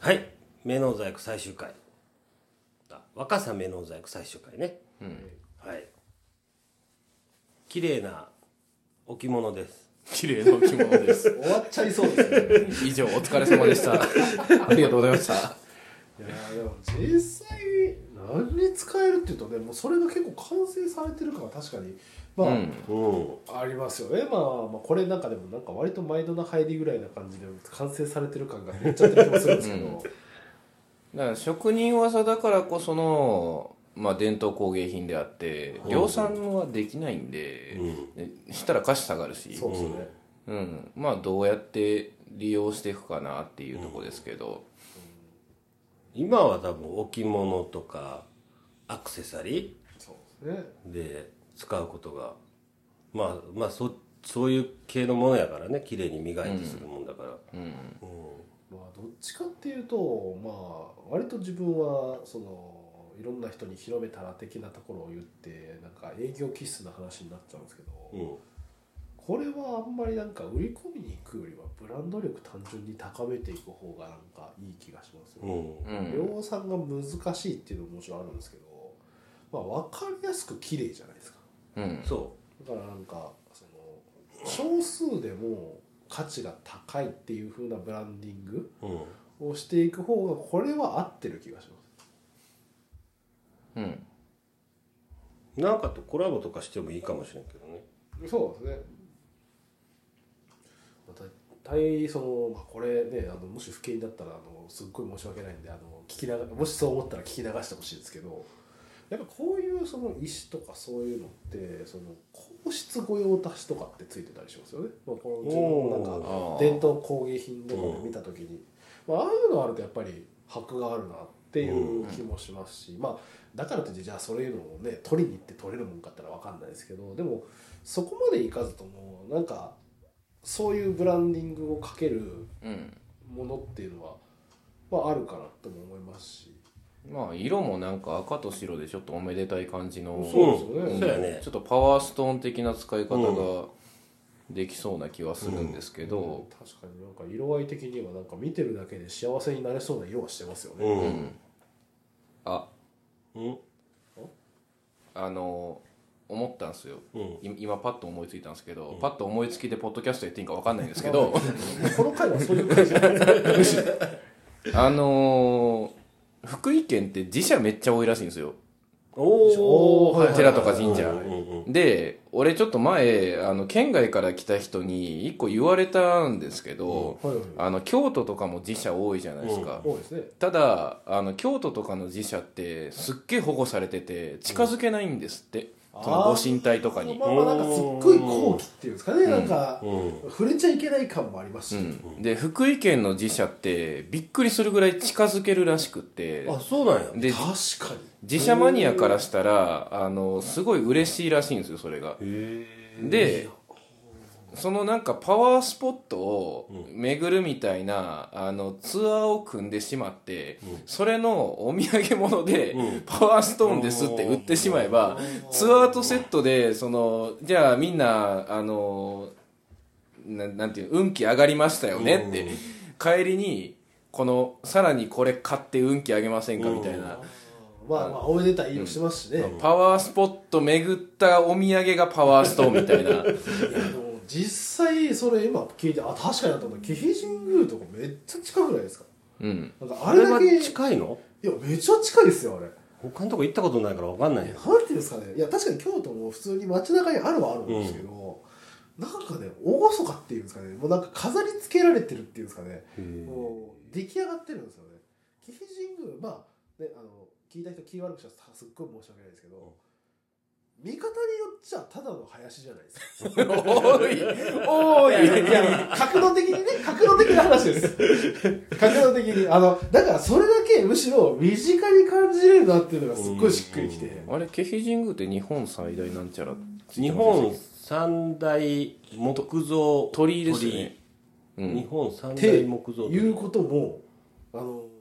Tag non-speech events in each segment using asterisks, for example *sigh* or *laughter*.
はい目の細工最終回あ若さ目の細工最終回ねはい綺麗な置物です綺麗な着物です。終わっちゃいそうですね以上、お疲れ様でした。ありがとうございました。いやーでも実際何に使えるっていうとねもうそれが結構完成されてるから確かにまあ、うん。うんありますよね、まあ、まあこれなんかでもなんか割と毎度の入りぐらいな感じで完成されてる感が出ちゃってる気もするんですけど、だから職人技だからこその、まあ、伝統工芸品であって量産はできないんで、でしたら価値下がるしそうですね、うん、まあどうやって利用していくかなっていうとこですけど、今は多分置物とかアクセサリそうですねーで使うことがまあまあそそういう系のものやからね綺麗に磨いてするもんだから、うんまあどっちかっていうとまあ割と自分はそのいろんな人に広めたら的なところを言ってなんか営業気質な話になっちゃうんですけど、うんこれはあんまりなんか売り込みに行くよりはブランド力単純に高めていく方がなんかいい気がしますうね、んうん量産が難しいっていうのももちろんあるんですけど、まあ、分かりやすく綺麗じゃないですかうんそだからなんかその少数でも価値が高いっていう風なブランディングう、うん、をしていく方がこれは合ってる気がしまうすんなんかとコラボとかしてもいいかもしれんけどねそうですね。まあ、大体その、まあ、これねあのもし不敬になったらあのすっごい申し訳ないんであの聞きながもしそう思ったら聞き流してほしいんですけどやっぱこういうその石とかそういうのってその皇室御用達とかってついてたりしますよね。まあ、この自分のなんかあー伝統工芸品とかで見た時に、まあ、ああいうのあるとやっぱり箔があるなっていう気もしますし、まあだからといってじゃあそういうのをね取りに行って取れるもんかったら分かんないですけどでもそこまでいかずともなんかそういうブランディングをかけるうんものっていうのは、まあ、あるかなとも思いますしまあ色もなんか赤と白でちょっとおめでたい感じのそうですよねんそうやねちょっとパワーストーン的な使い方ができそうな気はするんですけど、確かになんか色合い的にはなんか見てるだけで幸せになれそうな色はしてますよね。うあうんあの思ったんですようんい今パッと思いついたんですけど、パッと思いつきでポッドキャストやっていいんか分かんないんですけどこの回はそういう感じなんですね *laughs* あのー福井県って寺社めっちゃ多いらしいんですよおはいはいはい寺とか神社うんうんで俺ちょっと前あの県外から来た人に一個言われたんですけど、はいはいあの京都とかも寺社多いじゃないですか、多いですね。ただあの京都とかの寺社ってすっげえ保護されてて近づけないんですって、そのご神体とかにまあまあなんかすっごい高貴っていうんですかね、んなんか、うん触れちゃいけない感もありますし、うん、で福井県の寺社ってびっくりするぐらい近づけるらしくってあそうなんやで確かに自社マニアからしたらあのすごい嬉しいらしいんですよそれがでそのなんかパワースポットを巡るみたいな、あのツアーを組んでしまって、それのお土産物で、パワーストーンですって売ってしまえばツアーとセットでそのじゃあみんなあのななんていう運気上がりましたよねって、帰りにこのさらにこれ買って運気上げませんかみたいな、まあまあおめでたい色しますしね、いパワースポット巡ったお土産がパワーストーンみたいなやでも実際それ今聞いてあ確かになと思った紀伊神宮とかめっちゃ近くないですか *laughs* うんなんかああれれだはけいや近いのめちゃ近いですよあれ他のとこ行ったことないから分かんないよなんていうんですかねいや確かに京都も普通に街中にあるはあるんですけど、なんかね厳かっていうんですかねもうなんか飾り付けられてるっていうんですかねもう出来上がってるんですよね紀伊神宮まあねあの聞いた人気悪くしたらすっごい申し訳ないですけど見方によっちゃただの林じゃないですかおいおいいや角度的にね角度的な話です角度的にあのだからそれだけむしろ身近に感じれるなっていうのがすっごいしっくりきて、あれ、ケヒ神宮って日本最大なんちゃらって日言ってませんで本したっ三大木造け鳥居ですよね。う鳥居日ん。本三っ大て木造いうこともあのなんてい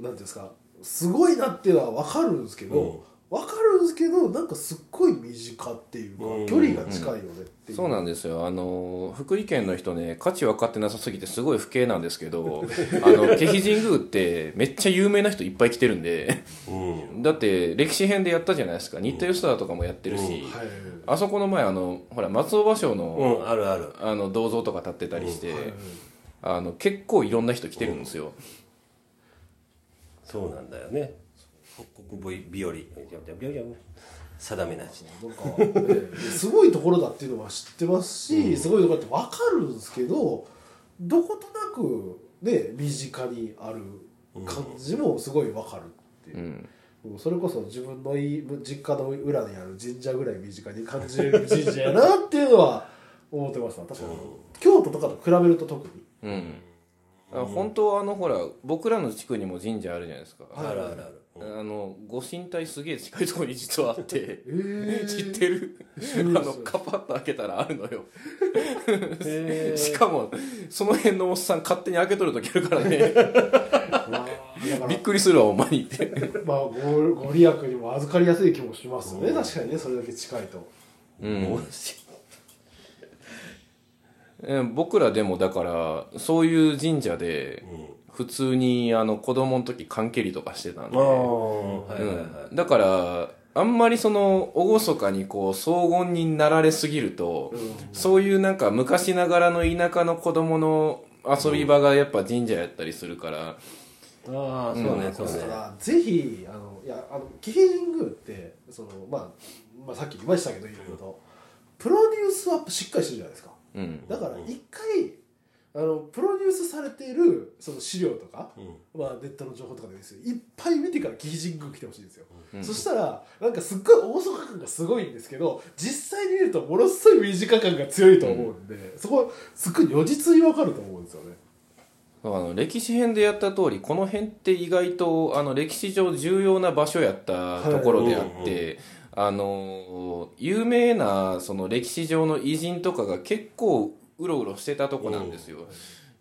うんですかすごいなっていうのは分かるんですけど、分かるんですけどなんかすっごい身近っていうか、うん距離が近いよねっていう、そうなんですよあの福井県の人ね価値分かってなさすぎてすごい不敬なんですけ *laughs* どあの気比神宮ってめっちゃ有名な人いっぱい来てるんでうんだって歴史編でやったじゃないですか新田義貞とかもやってるし、はいあそこの前あのほら松尾芭蕉うの,、んあるあるあの銅像とか建ってたりして、はいあの結構いろんな人来てるんですよ、そうなんだよね北国日和定めなしなんか、ねすごいところだっていうのは知ってますし、すごいところだって分かるんですけどどことなくね身近にある感じもすごい分かるっていうう、ん、もうそれこそ自分のい実家の裏にある神社ぐらい身近に感じれる神社やなっていうのは思ってます確かに、京都とかと比べると特にうん、あ本当はあのほら僕らの地区にも神社あるじゃないですか、あるあるあるあのご神体すげえ近いところに実はあって、え知ってるあんのカパッと開けたらあるのよへしかもその辺のおっさん勝手に開けとる時あるから *laughs* ねだからびっくりするわお前にってまあごご利益にも預かりやすい気もしますよね、確かにねそれだけ近いとうんえ僕らでもだからそういう神社で普通にあの子供の時関係りとかしてたんあで、あはいはいはうん、だからあんまりその厳かにこう荘厳になられすぎると、そういうなんか昔ながらの田舎の子供の遊び場がやっぱ神社やったりするから、いああそうねそうねだからぜひあのいやあの紀平神宮ってその、まあ、まあさっき言いましたけどいろいろとプロデュースはしっかりしてるじゃないですかうんだから一回あのプロデュースされているその資料とか、まあ、ネットの情報とかでもいいですよいっぱい見てから紀平神宮来てほしいんですよ、そしたらなんかすっごい厳か感がすごいんですけど実際に見るとものすごい身近感が強いと思うんで、そこすっごい如実に分かると思うんですよねあの歴史編でやった通りこの辺って意外とあの歴史上重要な場所やったところであって、あの有名なその歴史上の偉人とかが結構うろうろしてたとこなんですよ。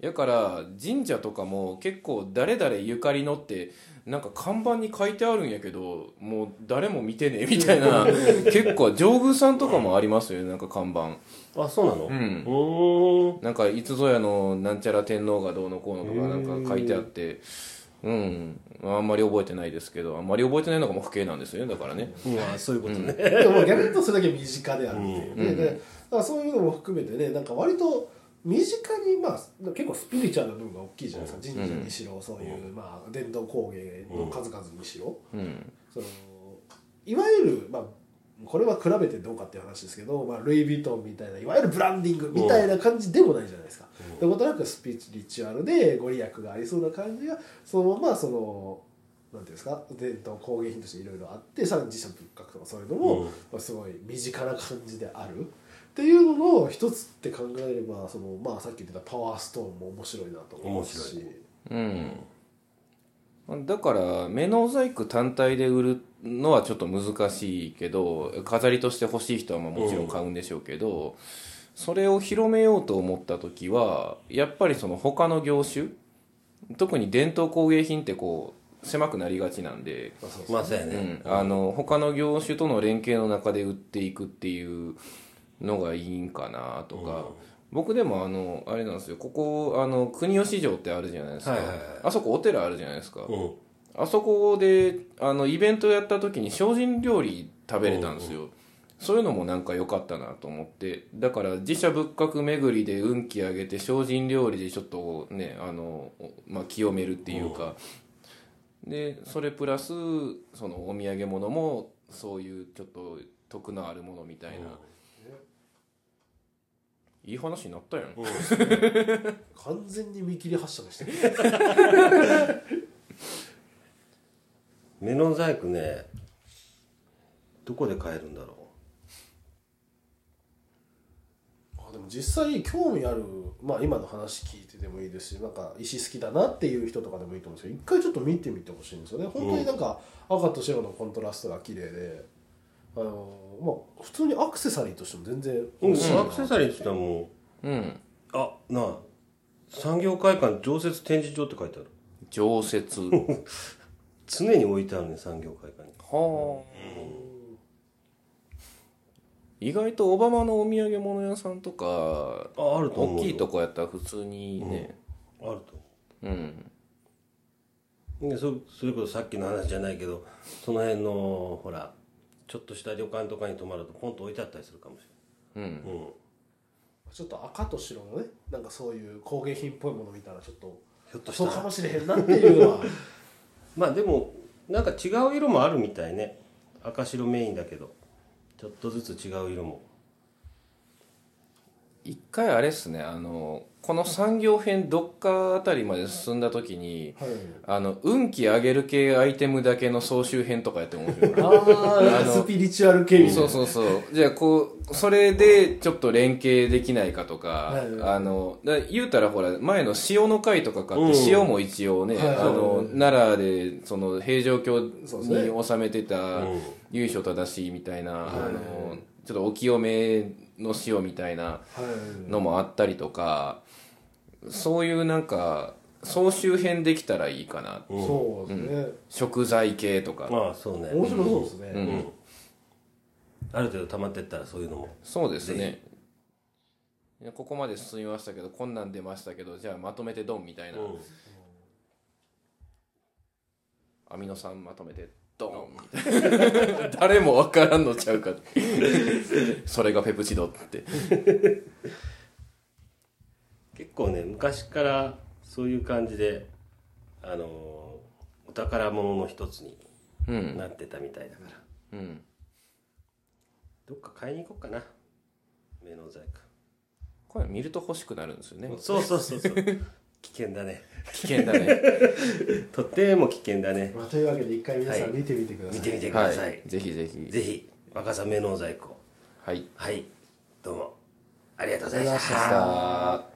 だから神社とかも結構誰々ゆかりのってなんか看板に書いてあるんやけどもう誰も見てねえみたいな結構上宮さんとかもありますよねなんか看板あそうなのううんーんなんかいつぞやのなんちゃら天皇がどうのこうのとかなんか書いてあって、うん、あんまり覚えてないですけど、あんまり覚えてないのがもう不敬なんですよね、だからね。うんあそういうことねでも逆に言うとそれだけ身近であるっていうね、でだからそういうのも含めてねなんか割と身近にまあ結構スピリチュアルな部分が大きいじゃないですか神社にしろそういう、まあ、伝統工芸の数々にしろ、うん、そのいわゆる、まあ、これは比べてどうかっていう話ですけど、まあ、ルイ・ヴィトンみたいないわゆるブランディングみたいな感じでもないじゃないですか。でことなくスピリチュアルでご利益がありそうな感じがそのままその。なんていうんですか伝統工芸品としていろいろあってさらに自社仏閣とかそういうのも、うんまあ、すごい身近な感じであるっていうのの一つって考えればその、まあ、さっき言ってたパワーストーンも面白いなと思うし面うん。だから、目の細工単体で売るのはちょっと難しいけど、飾りとして欲しい人はまあもちろん買うんでしょうけど、それを広めようと思った時は、やっぱりその他の業種、特に伝統工芸品ってこう、狭くなりがちなんで、まあそうそうまあそうやうねん、あの他の業種との連携の中で売っていくっていうのがいいんかなとか、僕でもあのあれなんですよここあの国吉城ってあるじゃないですか、はいはいはいあそこお寺あるじゃないですか、うんあそこであのイベントやった時に精進料理食べれたんですよ、そういうのもなんか良かったなと思ってだから自社仏閣巡りで運気上げて精進料理でちょっとねあの、おまあ、清めるっていうか、でそれプラスそのお土産物もそういうちょっと得のあるものみたいな、いい話になったやん、完全に見切り発車でしたね目の細工ねどこで買えるんだろあでも実際興味ある、まあ、今の話聞いてでもいいですしなんか石好きだなっていう人とかでもいいと思うんですけど一回ちょっと見てみてほしいんですよね本当になんか赤と白のコントラストが綺麗で、あのまあ普通にアクセサリーとしても全然ううん面白いなアクセサリーって言ったらもううんあなあ産業会館常設展示場って書いてある常設常に置いてあるね産業会館にはあ、意外とオバマのお土産物屋さんとかああると思う大よきいとこやったら普通にねあるとうん、思うでそそれこそさっきの話じゃないけどその辺のほらちょっとした旅館とかに泊まるとポンと置いてあったりするかもしうんれない、うん、ちょっと赤と白のねなんかそういう工芸品っぽいもの見たらちょっとひょっとしたそうらかもしれへんなってい *laughs* うのはまあでもなんか違う色もあるみたいね赤白メインだけどちょっとずつ違う色も一回あれっすねあのこの産業編どっかあたりまで進んだ時にはいあの運気上げる系アイテムだけの総集編とかやっても面白いなあああのスピリチュアル系みたいなそうそうそうじゃあこうそれでちょっと連携できないかとかはいはいあのだ言うたらほら前の塩の会とか買って塩も一応ねはいはいあの奈良でその平城京そうですに納めてた由緒正しいみたいなあのちょっとお清めの塩みたいなはいのもあったりとかそういうなんか総集編できたらいいかなそうですね、食材系とかまあそうね面白そうですね、うんうんある程度溜まってったらそういうのもそうですね。いやここまで進みましたけど、こんなん出ましたけど、じゃあまとめてドンみたいな。アミノ酸まとめてドンみた *laughs* いな。誰もわからんのちゃうかって。 *laughs* それがペプチドって。結構ね昔からそういう感じであのお宝物の一つにうん。なってたみたいだから、うん。どっか買いに行こうかな目の細これ見ると欲しくなるんですよね工。そうそうそうそう *laughs* 危険だね危険だね。とても危険だねまあ、というわけで一回皆さはいん見てみてください、見てみてくださはいい。、ぜひぜひ。ぜひ若さ目の細工はい。はいどうもありがとうございありがとうございままししたたさあ。